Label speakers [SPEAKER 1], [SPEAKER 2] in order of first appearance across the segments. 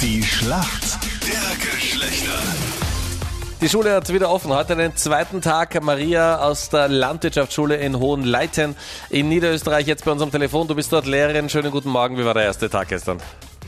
[SPEAKER 1] Die Schlacht der Geschlechter.
[SPEAKER 2] Die Schule hat wieder offen. Heute den zweiten Tag. Maria aus der Landwirtschaftsschule in Hohenleiten in Niederösterreich jetzt bei uns am Telefon. Du bist dort Lehrerin. Schönen guten Morgen. Wie war der erste Tag gestern?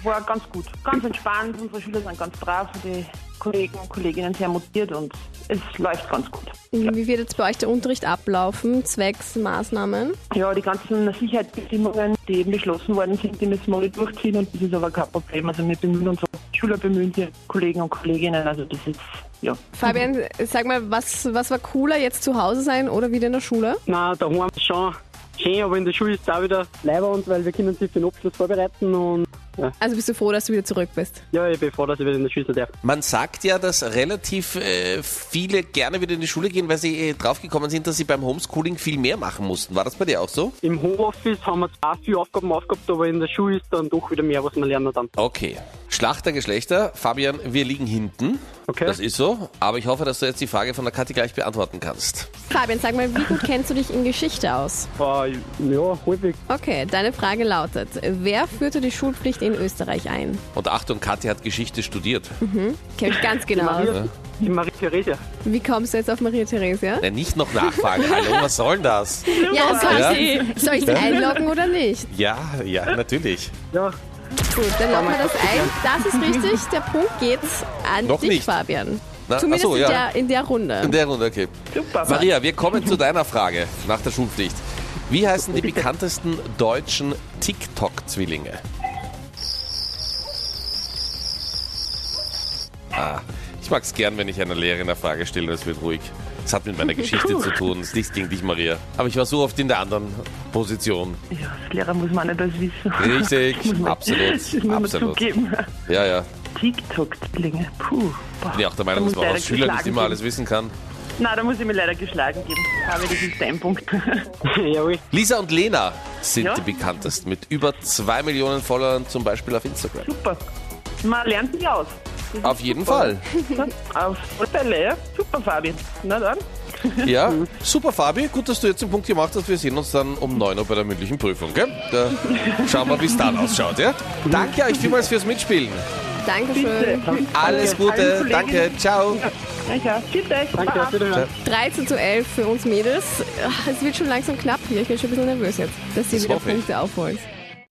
[SPEAKER 3] war ganz gut, ganz entspannt. Unsere Schüler sind ganz brav, die Kollegen und Kolleginnen sehr motiviert und es läuft ganz gut.
[SPEAKER 4] Wie wird jetzt bei euch der Unterricht ablaufen, zwecks Maßnahmen?
[SPEAKER 3] Ja, die ganzen Sicherheitsbestimmungen, die eben beschlossen worden sind, die müssen wir alle durchziehen und das ist aber kein Problem. Also wir bemühen unsere Schüler, bemühen die Kollegen und Kolleginnen, also das ist, ja.
[SPEAKER 4] Fabian, sag mal, was, was war cooler, jetzt zu Hause sein oder wieder in der Schule?
[SPEAKER 5] Nein, daheim ist schon schön, aber in der Schule ist es auch wieder leibernd, weil wir können sich für den Abschluss vorbereiten und
[SPEAKER 4] Also bist du froh, dass du wieder zurück bist?
[SPEAKER 5] ja, ich bin froh, dass ich wieder in der Schule sein darf.
[SPEAKER 2] Man sagt ja, dass relativ äh, viele gerne wieder in die Schule gehen, weil sie äh, draufgekommen sind, dass sie beim Homeschooling viel mehr machen mussten. War das bei dir auch so?
[SPEAKER 5] Im Homeoffice haben wir zwar viele Aufgaben aufgehabt, aber in der Schule ist dann doch wieder mehr, was wir lernen dann.
[SPEAKER 2] Okay. Schlacht der Geschlechter. Fabian, wir liegen hinten.
[SPEAKER 5] Okay.
[SPEAKER 2] Das ist so. Aber ich hoffe, dass du jetzt die Frage von der Kathi gleich beantworten kannst.
[SPEAKER 4] Fabian, sag mal, wie gut kennst du dich in Geschichte aus?
[SPEAKER 5] Aber ja, häufig.
[SPEAKER 4] Okay, deine Frage lautet, wer führte die Schulpflicht in Österreich ein?
[SPEAKER 2] Und Achtung, Kathi hat Geschichte studiert.
[SPEAKER 4] Kenn ich ganz genau. aus.
[SPEAKER 5] Maria, die Marie Theresia.
[SPEAKER 4] Wie kommst du jetzt auf Maria Theresia?
[SPEAKER 2] Ja, nicht noch nachfragen. Hallo, was soll das?
[SPEAKER 4] Ja, soll
[SPEAKER 2] Ja.
[SPEAKER 4] ich, soll ich sie einloggen oder nicht?
[SPEAKER 2] Ja, ja, natürlich.
[SPEAKER 5] Ja,
[SPEAKER 4] Gut, dann loggen wir das ein. Das ist richtig, der Punkt geht an
[SPEAKER 2] Noch
[SPEAKER 4] dich,
[SPEAKER 2] nicht.
[SPEAKER 4] Fabian.
[SPEAKER 2] Na,
[SPEAKER 4] Zumindest
[SPEAKER 2] ach so,
[SPEAKER 4] in,
[SPEAKER 2] ja.
[SPEAKER 4] der, in der Runde.
[SPEAKER 2] In der Runde, okay.
[SPEAKER 3] Super.
[SPEAKER 2] Maria, wir kommen zu deiner Frage nach der Schulpflicht. Wie heißen die bekanntesten deutschen TikTok-Zwillinge? Ah, ich mag es gern, wenn ich einer Lehrerin eine Frage stelle und es wird ruhig. Das hat mit meiner Geschichte zu tun. Es ist nichts gegen dich, Maria. Aber ich war so oft in der anderen Position.
[SPEAKER 3] ja, als Lehrer muss man nicht alles wissen.
[SPEAKER 2] Richtig,
[SPEAKER 3] Das muss man-
[SPEAKER 2] absolut,
[SPEAKER 3] Das muss man
[SPEAKER 2] absolut.
[SPEAKER 3] zugeben.
[SPEAKER 2] Ja, ja.
[SPEAKER 3] TikTok-Zwillinge, puh. Boah.
[SPEAKER 2] Bin ja auch der
[SPEAKER 3] Da
[SPEAKER 2] Meinung,
[SPEAKER 3] muss
[SPEAKER 2] dass man
[SPEAKER 3] leider
[SPEAKER 2] aus Schülern nicht
[SPEAKER 3] geschlagen
[SPEAKER 2] immer
[SPEAKER 3] geben.
[SPEAKER 2] alles wissen kann.
[SPEAKER 3] Nein, da muss ich mir leider geschlagen geben. Aber das ist dein Punkt.
[SPEAKER 5] jawohl.
[SPEAKER 2] Lisa und Lena sind
[SPEAKER 3] Ja?
[SPEAKER 2] die bekanntesten mit über zwei Millionen Followern, zum Beispiel auf Instagram.
[SPEAKER 3] Super. Man lernt sich aus.
[SPEAKER 2] Auf jeden Fall.
[SPEAKER 3] Então, Auf Fälle, ja? Super, Fabian. Na dann.
[SPEAKER 2] Ja, super, Mhm. Fabi. Gut, dass du jetzt den Punkt gemacht hast. Wir sehen uns dann um 9 Uhr bei der mündlichen Prüfung. Gell? Da schauen wir, wie es dann ausschaut. Ja? Danke euch vielmals fürs Mitspielen.
[SPEAKER 4] Dankeschön.
[SPEAKER 2] Alles Gute.
[SPEAKER 3] Allen
[SPEAKER 2] Danke.
[SPEAKER 3] Kollegen.
[SPEAKER 2] Ciao.
[SPEAKER 3] Ja, ja. Tschüss, euch.
[SPEAKER 5] Danke,
[SPEAKER 3] Baba.
[SPEAKER 5] auf Wiederhören.
[SPEAKER 4] 13 zu 11 Ah, für uns Mädels. Ach, Es wird schon langsam knapp hier. Ich bin schon ein bisschen nervös jetzt, dass ihr
[SPEAKER 2] Das
[SPEAKER 4] wieder
[SPEAKER 2] hoffe ich.
[SPEAKER 4] Punkte aufholt.